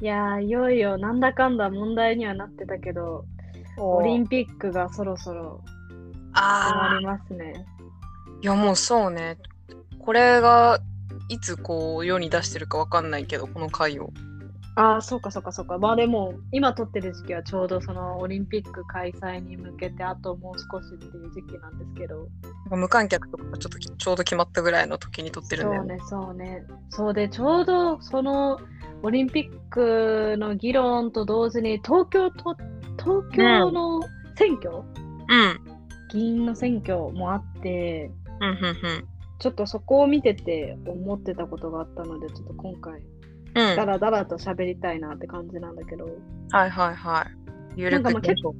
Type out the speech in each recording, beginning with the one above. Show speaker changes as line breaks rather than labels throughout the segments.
いやーいよいよなんだかんだ問題にはなってたけどオリンピックがそろそろ終
あ
わ
あ
りますね
いやもうそうねこれがいつこう世に出してるかわかんないけどこの回を
ああそうかそうかそうかまあでも今撮ってる時期はちょうどそのオリンピック開催に向けてあともう少しっていう時期なんですけど
なんか無観客とかがちょっときちょうど決まったぐらいの時に撮ってるんだよね
そうね、そうね。そうで、ちょうどそのオリンピックの議論と同時に、東京と、東京の選挙、
うん
議員の選挙もあって、
うんうん
ちょっとそこを見てて思ってたことがあったので、ちょっと今回、
うんう
だ
ん
らだらと喋りたいなって感じなんだけど、
はいはいはいゆる
なんかま
く
あ結構、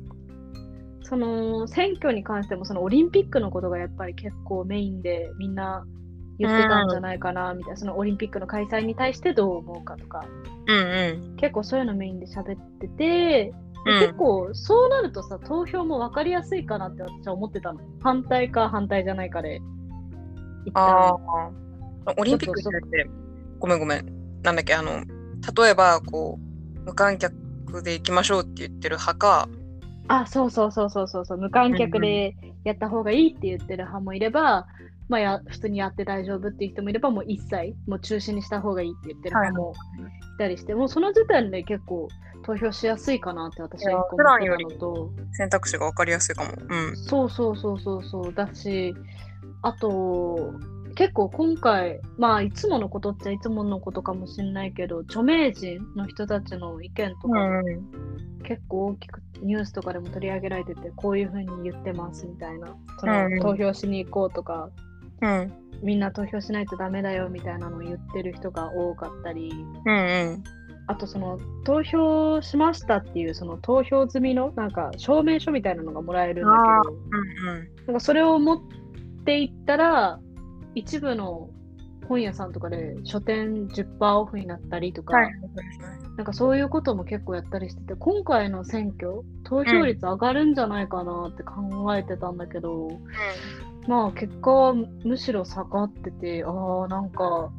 その選挙に関しても、そのオリンピックのことがやっぱり結構メインで、みんな言ってたんじゃないかな、みたいな、そのオリンピックの開催に対してどう思うかとか。
うんうん
結構そういうのメインで喋ってて、で
うん
結構そうなるとさ投票も分かりやすいかなって私は思ってたの反対か反対じゃないかで一
あ
旦
あオリンピックじゃなくてごめんごめんなんだっけあの例えばこう無観客で行きましょうって言ってる派か
あそうそうそうそうそうそう無観客でやった方がいいって言ってる派もいれば、まあ、や普通にやって大丈夫っていう人もいればもう一切もう中止にした方がいいって言ってる
はい
派もいたりして、もうその時点で結構投票しやすいかなって私は一個
いや
思っ
普段
て
よ
た
り
のと。
選択肢が分かりやすいかもうん
そうそうそうそうそうだしあと結構今回まあいつものことっちゃいつものことかもしれないけど著名人の人たちの意見とかも
うん
結構大きくニュースとかでも取り上げられててこういうふうに言ってますみたいなそ
うんうん
の投票しに行こうとか
うん
みんな投票しないとダメだよみたいなのを言ってる人が多かったり
うん
あとその投票しましたっていうその投票済みのなんか証明書みたいなのがもらえるんだ
あ
けど。
うんうん
なんかそれを持っていったら、一部の本屋さんとかで書店10%オフになったりとか、
はい
なんかそういうことも結構やったりしてて、今回の選挙、投票率上がるんじゃないかなって考えてたんだけど、まあ結果はむしろ下がってて、ああ、なんか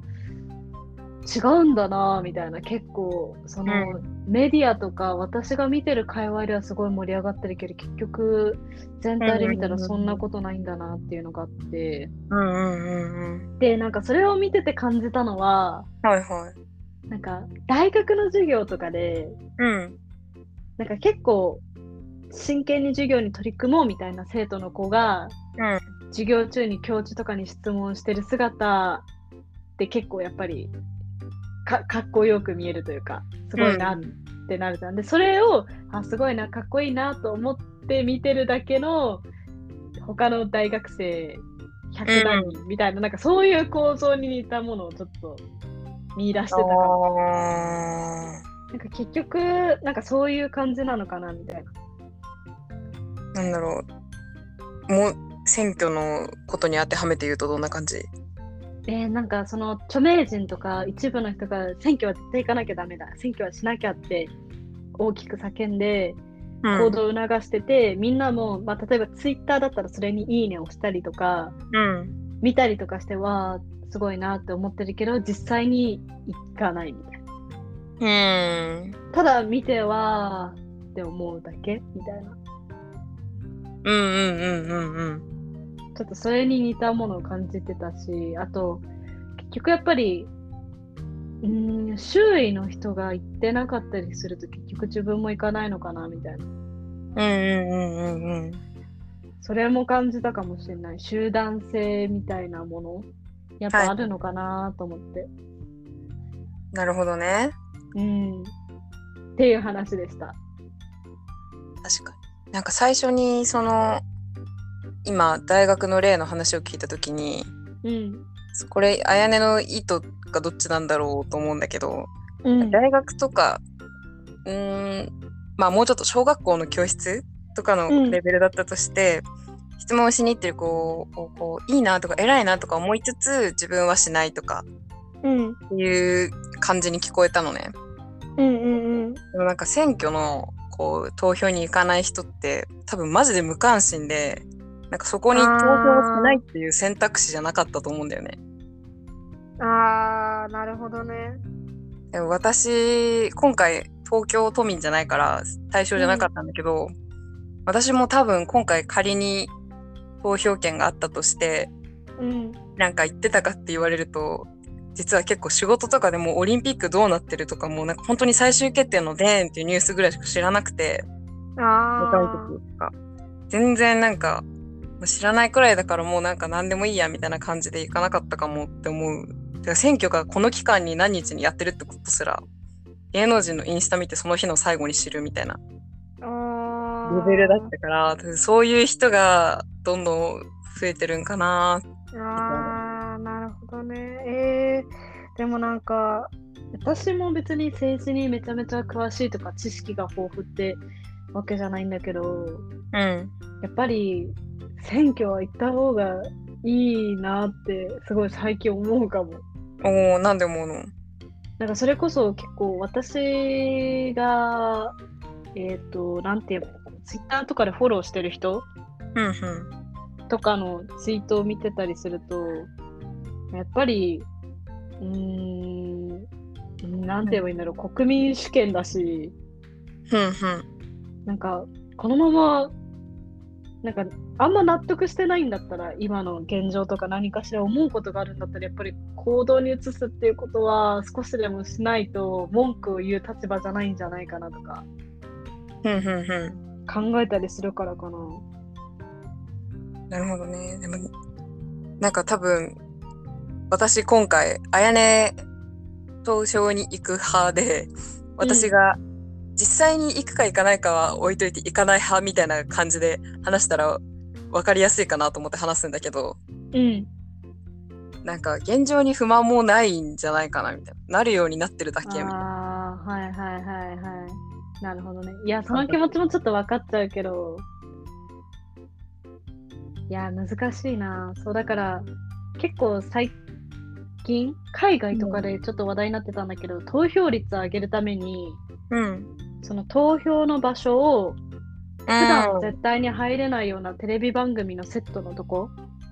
違うんだな、みたいな、結構、その、
う
メディアとか私が見てる界隈ではすごい盛り上がってるけど結局全体で見たらそんなことないんだなっていうのがあって
うんうんうんうん
でなんかそれを見てて感じたのは
はいはい
なんか大学の授業とかで
うん
なんか結構真剣に授業に取り組もうみたいな生徒の子が
うん
授業中に教授とかに質問してる姿って結構やっぱりかかっこよく見えるというかすごいなってなるじゃん、でそれをあすごいなかっこいいなと思って見てるだけの他の大学生100何人みたいな,、なんかそういう構造に似たものをちょっと見出してたかも
あ
なんか結局なんかそういう感じなのかなみたいな
ーなんだろうもう選挙のことに当てはめて言うとどんな感じ
でなんかその著名人とか一部の人が選挙は絶対行かなきゃダメだ選挙はしなきゃって大きく叫んで行動を促してて、みんなも、まあ、例えばツイッターだったらそれに「いいね」をしたりとか
うん
見たりとかしてわあすごいなって思ってるけど実際に行かないみたいな
うん
ただ見てはって思うだけみたいな
うんうんうんうんうん
ちょっとそれに似たものを感じてたし、あと、結局やっぱり、うーん、周囲の人が行ってなかったりすると、結局自分も行かないのかなみたいな。
うんうんうんうんうん
それも感じたかもしれない。集団性みたいなもの、やっ
はい
ぱあるのかなと思って。
なるほどね
うん。っていう話でした。
確かになんか最初にその今大学の例の話を聞いた時に
うん。
これあやねの意図がどっちなんだろうと思うんだけど
うん。
大学とかうーんまあもうちょっと小学校の教室とか
う
の
ん
レベルだったとして、質問しに行ってる子をこういいなとか偉いなとか思いつつ自分はしないとか
うん。
っていう感じに聞こえたのね。
うんうんうん。
でもなんか選挙のこう投票に行かない人って多分マジで無関心でなんかそこに投票しないっていう選択肢じゃなかったと思うんだよね。
あー、なるほどね。
でも私、今回東京都民じゃないから対象じゃなかったんだけど、私も多分今回仮に投票権があったとして、
うん、
なんか行ってたかって言われると、実は結構仕事とかでもオリンピックどうなってるとかもうなんか本当に最終決定のでーんっていうニュースぐらいしか知らなくて、
あ
若い時とか全然なんかまあ知らないくらいだからもうなんか何でもいいやみたいな感じで行かなかったかもって思う。てか選挙がこの期間に何日にやってるってことすら芸能人のインスタ見てその日の最後に知るみたいな
あ
レベルだったからそういう人がどんどん増えてるんかな
あーなるほどね。えー、でもなんか私も別に政治にめちゃめちゃ詳しいとか知識が豊富ってわけじゃないんだけど
うん
やっぱり選挙は行った方がいいなってすごい最近思うかも。
おおなんで思うの
なんかそれこそ結構私がえっ、となんていうのツイッターとかでフォローしてる人
うんうん
とかのツイートを見てたりすると、やっぱり、うーん、なんて言えばいいんだろう、国民主権だし、
うんうん
なんか、このまま、なんか、あんま納得してないんだったら、今の現状とか何かしら思うことがあるんだったら、やっぱり行動に移すっていうことは、少しでもしないと、文句を言う立場じゃないんじゃないかなとか、
うんうんう
考えたりするからかな。
んなるほどねでもなんか多分私今回あやね投票に行く派で私が実際に行くか行かないかは置いといて行かない派みたいな感じで話したら分かりやすいかなと思って話すんだけど、
うん。
なんか現状に不満もないんじゃないかなみたいな。なるようになってるだけみたいな。
ああーはいはいはいはいなるほどねいやその気持ちもちょっと分かっちゃうけどいや難しいなそうだから結構最近海外とかでちょっと話題になってたんだけど、投票率上げるために
うん。
その投票の場所を
普
普段絶対に入れないようなテレビ番組のセットのとこ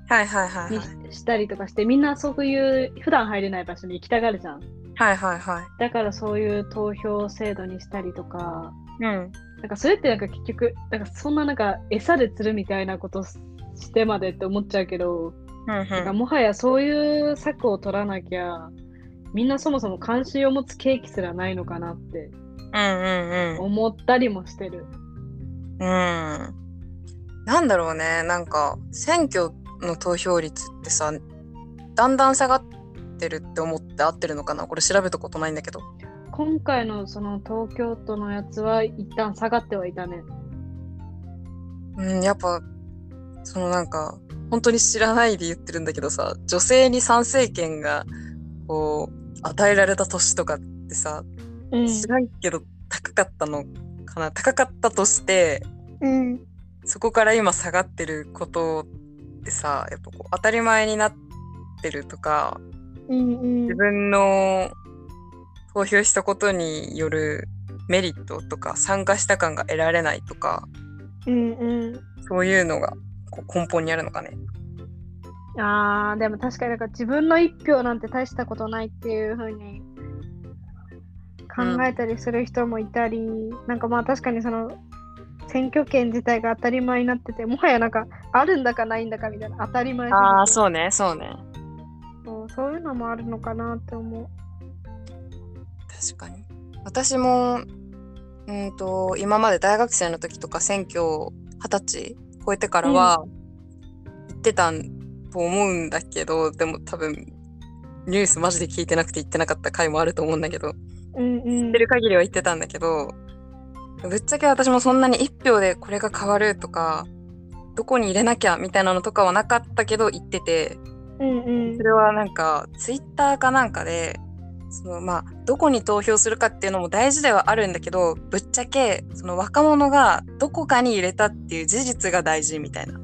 はいはいはい
に
はい。
ししたりとかしてみんなそういう普段入れない場所に行きたがるじゃん
はいはいはい。
だからそういう投票制度にしたりとか
うん。
なんかそれってなんか結局なんかそんななんか餌で釣るみたいなことししてまでって思っちゃうけど、
うん
なんか
う
もはやそういう策を取らなきゃみんなそもそも関心を持つ景気すらないのかなって
ん。うんうん
思ったりもしてる。
うん。うん。なんだろうね。なんか選挙の投票率ってさ、だんだん下がってるって思って合ってるのかな。これ調べたことないんだけど。
今回のその東京都のやつは一旦下がってはいたね。
うん、やっぱ、そのなんか、本当に知らないで言ってるんだけどさ、女性に参政権が、こう、与えられた年とかってさ、
うん
知らんけど高かったのかな、高かったとして、
うん
そこから今下がってることってさ、やっぱこう、当たり前になってるとか、
うん
自分の投票したことによるメリットとか、参加した感が得られないとか、
うんうん
そういうのがこう根本にあるのかね。
あーでも確かになんか自分の一票なんて大したことないっていう風に考えたりする人もいたり、なんかまあ確かにその選挙権自体が当たり前になっててもはやなんかあるんだかないんだかみたいな当たり前すぎて
ああ、そうね、そうね。
そうそういうのもあるのかなって思う。
確かに私もうんと今まで大学生の時とか選挙二十歳超えてからは行ってたんと思うんだけど、でも多分ニュースマジで聞いてなくて行ってなかった回もあると思うんだけど
うんう
行
ん
ってる限りは行ってたんだけどぶっちゃけ私もそんなに一票でこれが変わるとかどこに入れなきゃみたいなのとかはなかったけど行ってて
うんうん
それはなんかツイッターかなんかでそのまあどこに投票するかっていうのも大事ではあるんだけどぶっちゃけその若者がどこかに入れたっていう事実が大事みたいな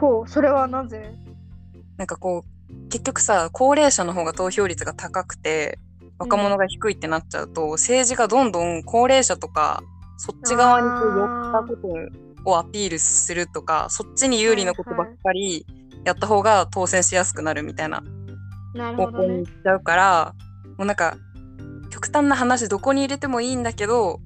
ほうそれはなぜ
なんかこう結局さ高齢者の方が投票率が高くて若者が低いってなっちゃうと、政治がどんどん高齢者とかそっち側にこう寄ったことをアピールするとかそっちに有利なことばっかりやった方が当選しやすくなるみたいな
なる
高校に行っちゃうから、もうなんか極端な話どこに入れてもいいんだけど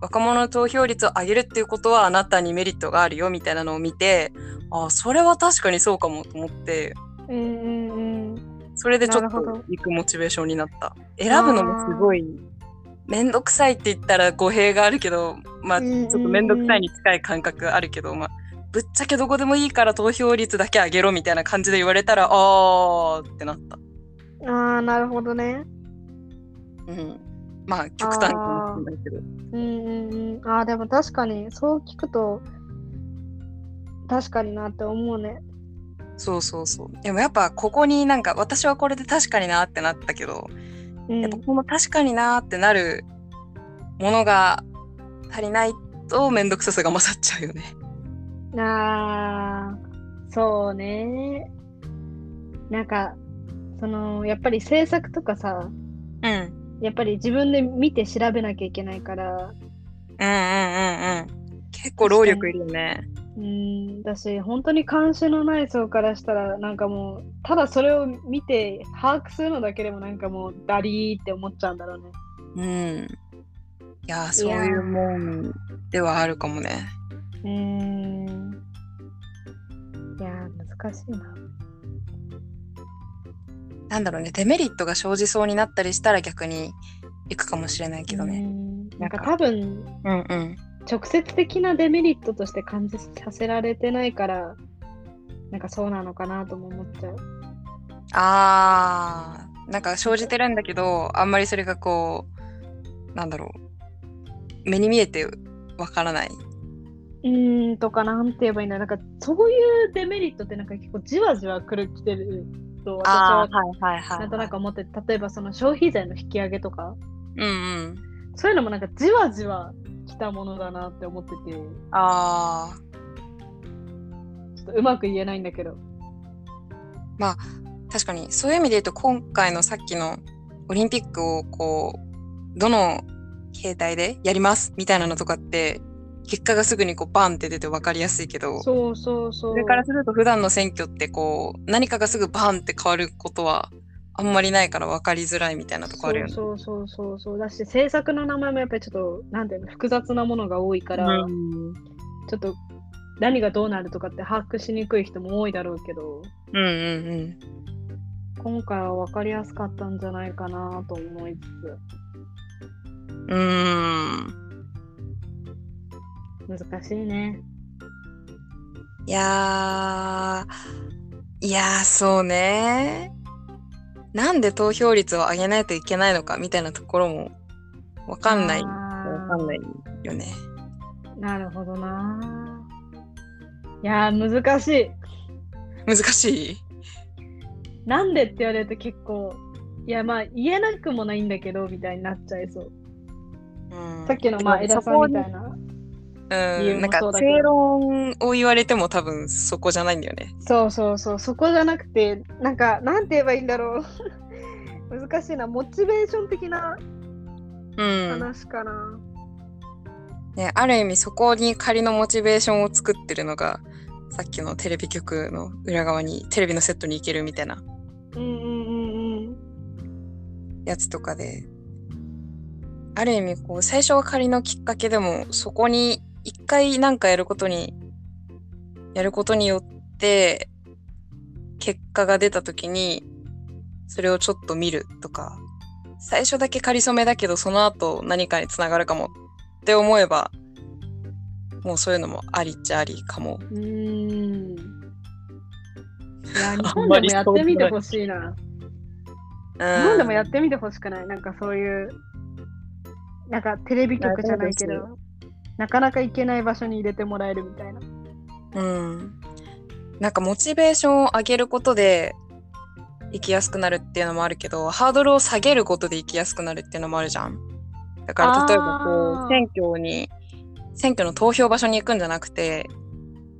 若者の投票率を上げるっていうことはあなたにメリットがあるよみたいなのを見てああそれは確かにそうかもと思って
うんうんうん
それでちょっ
なるほ
と
ど
行くモチベーションになった選ぶのもすごい面倒くさいって言ったら語弊があるけどまあ
うん
ち
うんう
ょ
ん
っと面倒くさいに近い感覚あるけど、まあ、ぶっちゃけどこでもいいから投票率だけ上げろみたいな感じで言われたらあーってなった。
ああなるほどね
うん、まあ極端かもしれないけど。
うんうんうんあーでも確かにそう聞くと確かになって思うね
そうそうそう。でもやっぱここになんか私はこれで確かになってなったけど、
うん
やっぱこの確かになってなるものが足りないと面倒くささが勝っちゃうよね。
あーそうねなんかそのやっぱり制作とかさ
うん。うん
やっぱり自分で見て調べなきゃいけないから
うんうんうん。結構労力いるよね。
うんだし本当に関心のない層からしたらなんかもうただそれを見て把握するのだけでもなんかもうダリーって思っちゃうんだろうね
うん。いやーそういうもんではあるかもね。
うんいやー難しいな
なんだろうねデメリットが生じそうになったりしたら逆に行くかもしれないけど
う
ね。
ん
な
なんん
か
か多分
うんうん。
直接的なデメリットとして感じさせられてないからなんかそうなのかなとも思っちゃう。
あーなんか生じてるんだけどあんまりそれがこうなんだろう目に見えてわからないう
ーんとかなんて言えばいいんだろうなんかそういうデメリットってなんか結構じわじわくる来てると私は
はいはいは
なんとなく思ってて例えばその消費税の引き上げとか
うんうん
そういうのもなんかじわじわ来たものだなって思っててちょ
あー
っとうまく言えないんだけど。
確かにそういう意味で言うと今回のさっきのオリンピックをこうどの携帯でやりますみたいなのとかって結果がすぐにこうバンって出て分かりやすいけど
そうそうそう。
それからすると普段の選挙ってこう何かがすぐバンって変わることはあんまりないから分かりづらいみたいなとこあるよね。
そうそうそうそうそうだし制作の名前もやっぱりちょっとなんていうの複雑なものが多いから、
うん
ちょっと何がどうなるとかって把握しにくい人も多いだろうけど
うんうん
今回は分かりやすかったんじゃないかなと思いつ
うん。うーん。
つ難しいね
いやー、いやー、そうね。なんで投票率を上げないといけないのかみたいなところもわかんない。わ
あー
かんないよね。
なるほどないやー難しい
難しい。
なんでって言われると結構いやまあ言えなくもないんだけどみたいになっちゃいそう、
うん
さっきのまあ枝さんみたいな
うん
理由も
なんか
そうだけど
正論を言われても多分そこじゃないんだよね。
そうそうそうそこじゃなくてなんかなんて言えばいいんだろう 難しいなモチベーション的な
うん。
話かな、
ね、ある意味そこに仮のモチベーションを作ってるのが、さっきのテレビ局の裏側にテレビのセットに行けるみたいな
うんうんうんうん
やつとかである意味こう最初は仮のきっかけでもそこに一回なんかやることにやることによって結果が出た時にそれをちょっと見るとか最初だけ仮初めだけどその後何かにつながるかもって思えばもうそういうのもありっちゃありかも
うーん。いや、日
あん
本
ま
で
り
も
そ
や
う
ってみてほしいな。
日
日本でもやってみてほしくない。なんかそういう、なんかテレビ局じゃないけ
やりた
ど、なかなか行けない場所に入れてもらえるみたいな。
うん、なんかモチベーションを上げることで生きやすくなるっていうのもあるけどハードルを下げることで生きやすくなるっていうのもあるじゃん。だから例えばこ
あ
う
ー
選挙に選挙の投票場所に行くんじゃなくて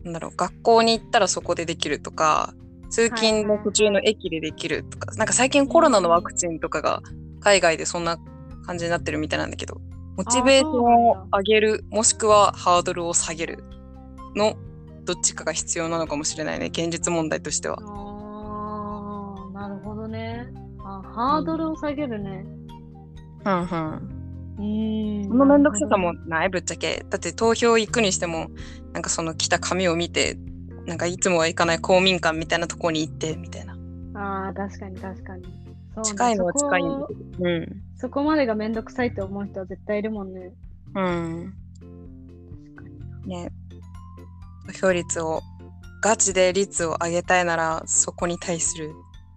なんだろう学校に行ったらそこでできるとか通勤の途中の駅でできるとか、なんか最近コロナのワクチンとかが海外でそんな感じになってるみたいなんだけどモチベーションを上げるもしくはハードルを下げるのどっちかが必要なのかもしれないね現実問題としては。
ああ、なるほどね。あハードルを下げるね。
うんうん。
うん
このめんどくささもない、ぶっちゃけ。だって投票行くにしても、なんかその来た紙を見て、なんかいつもは行かない公民館みたいなとこに行って、みたいな。
ああ確かに確かにそうね
近いのは近いんだ
そこ
けど。うん。
そこまでがめんどくさいって思う人は絶対いるもんね
うん。ね。投票率を、ガチで率を上げたいなら、そこに対する、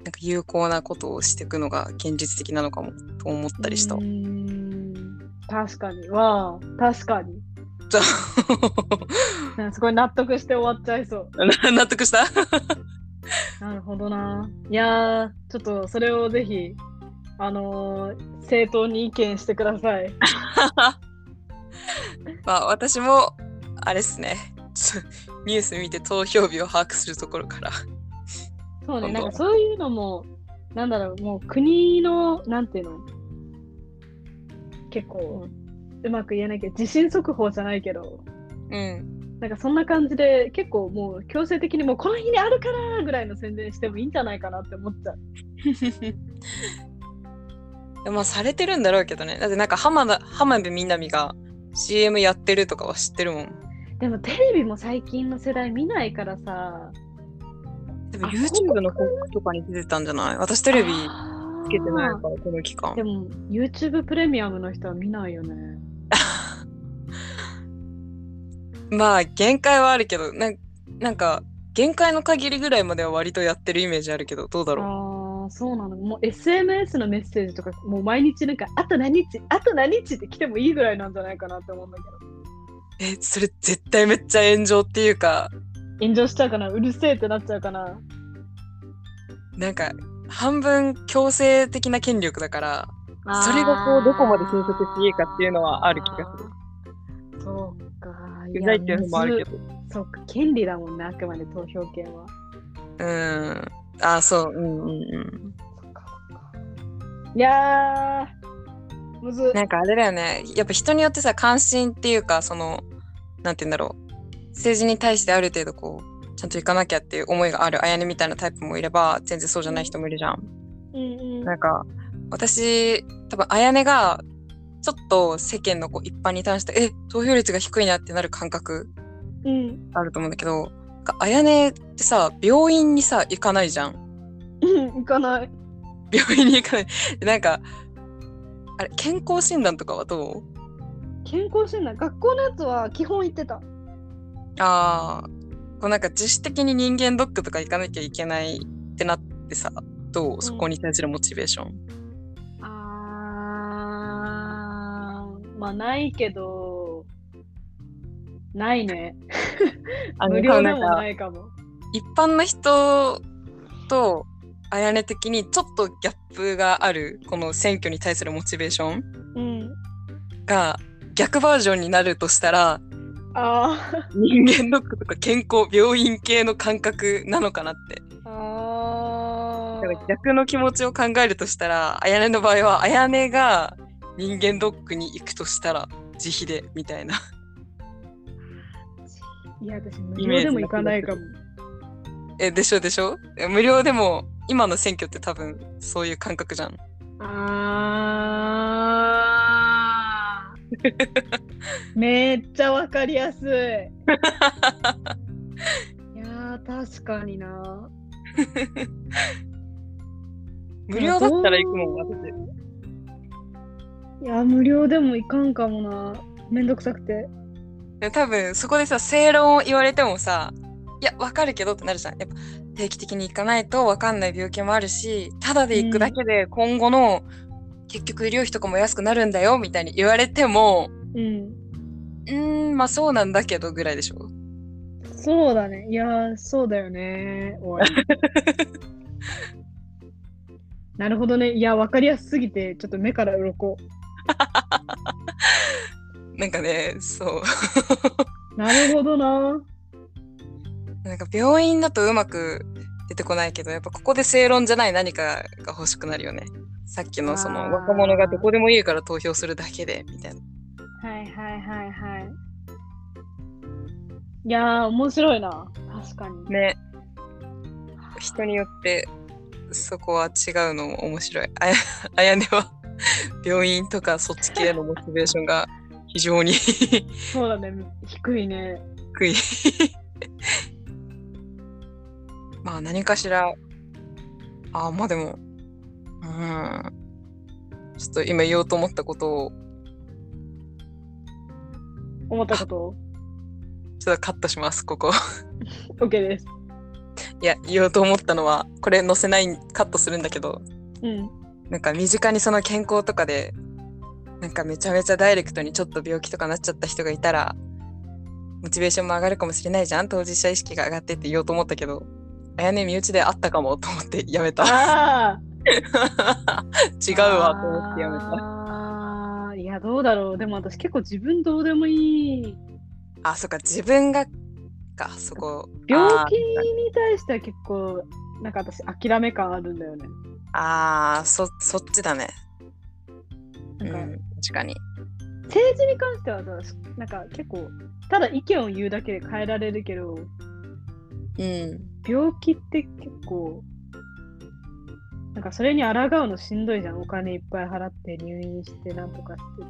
なんか有効なことをしていくのが現実的なのかも、と思ったりした
う。ん確かにわあ確かに
そう
なんかすごい納得して終わっちゃいそう
な 納得した
なるほどないやーちょっとそれをぜひあのー正当に意見してください
まあ私もあれですね ちょニュース見て投票日を把握するところから
そうねな
今度
んかそういうのもなんだろうもう国のなんていうの結構うまく言えないけど地震速報じゃないけど
うん
なんかそんな感じで結構もう強制的にもうこの日にあるからぐらいの宣伝してもいいんじゃないかなって思っちゃう。
まあされてるんだろうけどねだってなんか浜田浜辺美波が CM やってるとかは知ってるもん
でもテレビも最近の世代見ないからさ。
でも
あ
YouTube の広告とかに出てたんじゃない私テレビつけてない
あ
からこの期間
ーでも YouTube プレミアムの人は見ないよね。
まあ限界はあるけどなんなんか限界の限りぐらいまでは割とやってるイメージあるけどどうだろう
ああ、そうなの。もう SMS のメッセージとかもう毎日なんかあと何日あと何日って来てもいいぐらいなんじゃないかなって思うんだけど。
えそれ絶対めっちゃ炎上っていうか
炎上しちゃうかなうるせえってなっちゃうかな。
なんか半分強制的な権力だからそれがこうどこまで収束していいかっていうのはある気がする
る。そうか。
うざいっていうのもあるけ
ど。
ど
そうか、権利だもんね、あくまで投票権は。
うんあそううんうんうん
いやー、むずっ
なんかあれだよねやっぱ人によってさ関心っていうかそのなんて言うんだろう政治に対してある程度こうちゃんと行かなきゃっていう思いがあるあやねみたいなタイプもいれば全然そうじゃない人もいるじゃん
うんうん
なんか私多分あやねがちょっと世間のこう一般に対してえ投票率が低いなってなる感覚
うん
あると思うんだけどなんかあやねってさ病院にさ行かないじゃん
うん、行かない。
病院に行かない でなんかあれ健康診断とかはどう
健康診断、学校のやつは基本行ってた。
ああこうなんか自主的に人間ドックとか行かなきゃいけないってなってさどうそこに対するモチベーション、
あー、まあないけど、ないね。
あの
無料で
な
も
んか
ないかも。
一般の人とあやね的にちょっとギャップがあるこの選挙に対するモチベーション
うん。
が逆バージョンになるとしたら
あ
人間ドックとか健康病院系の感覚なのかなって
ー、あ
だ
ー
から逆の気持ちを考えるとしたらあやねの場合はあやねが人間ドックに行くとしたら自費でみたいな
いや、私、無料でも行かないかも。
えでしょでしょえ無料でも今の選挙って多分そういう感覚じゃん
あー めっちゃわかりや すい。いやー確かにな。
無料だったら行くもん私
いや無料でもいかんかもな。めんどくさくて。
で多分そこでさ正論を言われてもさいやわかるけどってなるじゃんやっぱ定期的に行かないとわかんない病気もあるしただで行くだけで今後の、結局医療費とかも安くなるんだよみたいに言われても
うん。
うーんまあそうなんだけどぐらいでしょ
そうだね。いやーそうだよね。お いなるほどね。いやわかりやすすぎてちょっと目から鱗
なんかねそう
なるほどな。
なんか病院だとうまく出てこないけどやっぱここで正論じゃない何かが欲しくなるよねさっきのそ
あ
の
ー
若者がどこでもいいから投票するだけでみたいな
はいはいはいはい。いやー、面白いな。確かに。
ね 人によってそこは違うのも面白いあやあやねは病院とかそっち系のモチベーションが非常に
そうだね、低いね。
低い。まあ何かしら、あまあでも、うん、ちょっと今言おうと思ったことを、
思ったこと
ちょっとカットします、ここ。
OK です。
いや、言おうと思ったのは、これ載せない、カットするんだけど、
うん。
なんか身近にその健康とかで、なんかめちゃめちゃダイレクトにちょっと病気とかなっちゃった人がいたら、モチベーションも上がるかもしれないじゃん、当事者意識が上がってって言おうと思ったけど、あやね身内であったかもと思ってやめた。
ああ
違うわと思ってやめた。
ああ、いや、どうだろう。でも私結構自分どうでもいい。
あ、そっか、自分が、か、そこ。
病気に対しては結構、なんか私諦め感あるんだよね。
あーあー、そ、そっちだね。う、
なんんか、
確かに。
政治に関してはさ、なんか結構、ただ意見を言うだけで変えられるけど、
うん。
病気って結構、なんかそれに抗うのしんどいじゃん。お金いっぱい払って入院してなんとかして。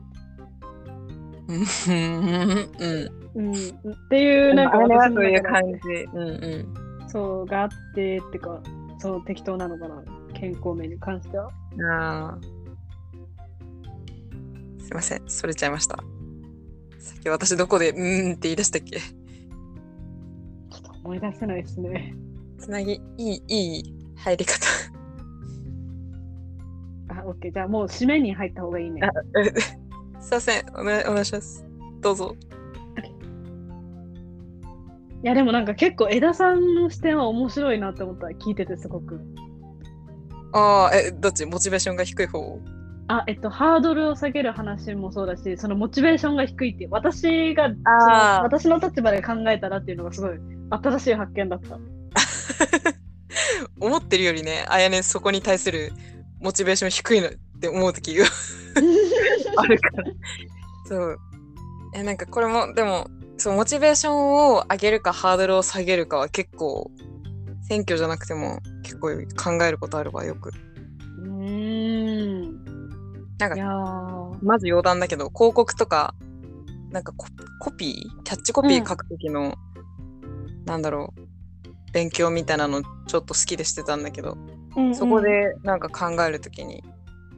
うん。うん。
うん、っていう、なんか
あれはそう
中
いう
で
感じ。うんうん。
そうがあってってかそう適当なのかな健康面に関しては
あーすいません、それちゃいました。さっき私どこで、うーんって言い出したっけ
ちょっと思い出せないですね
つなぎ、いい、いい入り方。
あオッケーじゃあもう締めに入った方がいいね
あすいません、お願いお願いします。どうぞ。
いやでもなんか結構江田さんの視点は面白いなって思った聞いててすごく
ああ、え、どっちモチベーションが低い方
あえっとハードルを下げる話もそうだしそのモチベーションが低いっていう私がその
あー
私の立場で考えたらっていうのがすごい新しい発見だ った
思ってるよりね、あやねそこに対するモチベーション低いのって思う時が あるから。そう。え、なんかこれも、でも、そう、モチベーションを上げるかハードルを下げるかは結構、選挙じゃなくても結構考えることあるわ、よく。
うーん
なんか
いやー
まず余談だけど、広告とか、なんかココピー、キャッチコピー書くときの、なんだろう、勉強みたいなのちょっと好きでしてたんだけど、
うんうん
そこでなんか考えるときに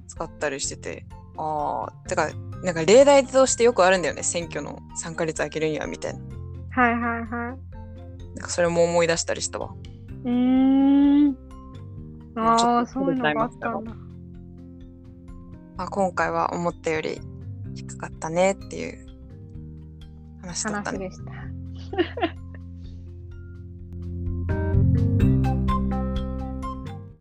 使ったりしてて、ああ、てか、なんか例題としてよくあるんだよね、選挙の参加率上げるにはみたいな。
はいはいはい
なんかそれも思い出したりしたわ。
うーん。
まあちょ
あ
っ
あ、
と
そういうのがあったんだ。
まあ、今回は思ったより低かったねっていう話だった
話
ね。
でした。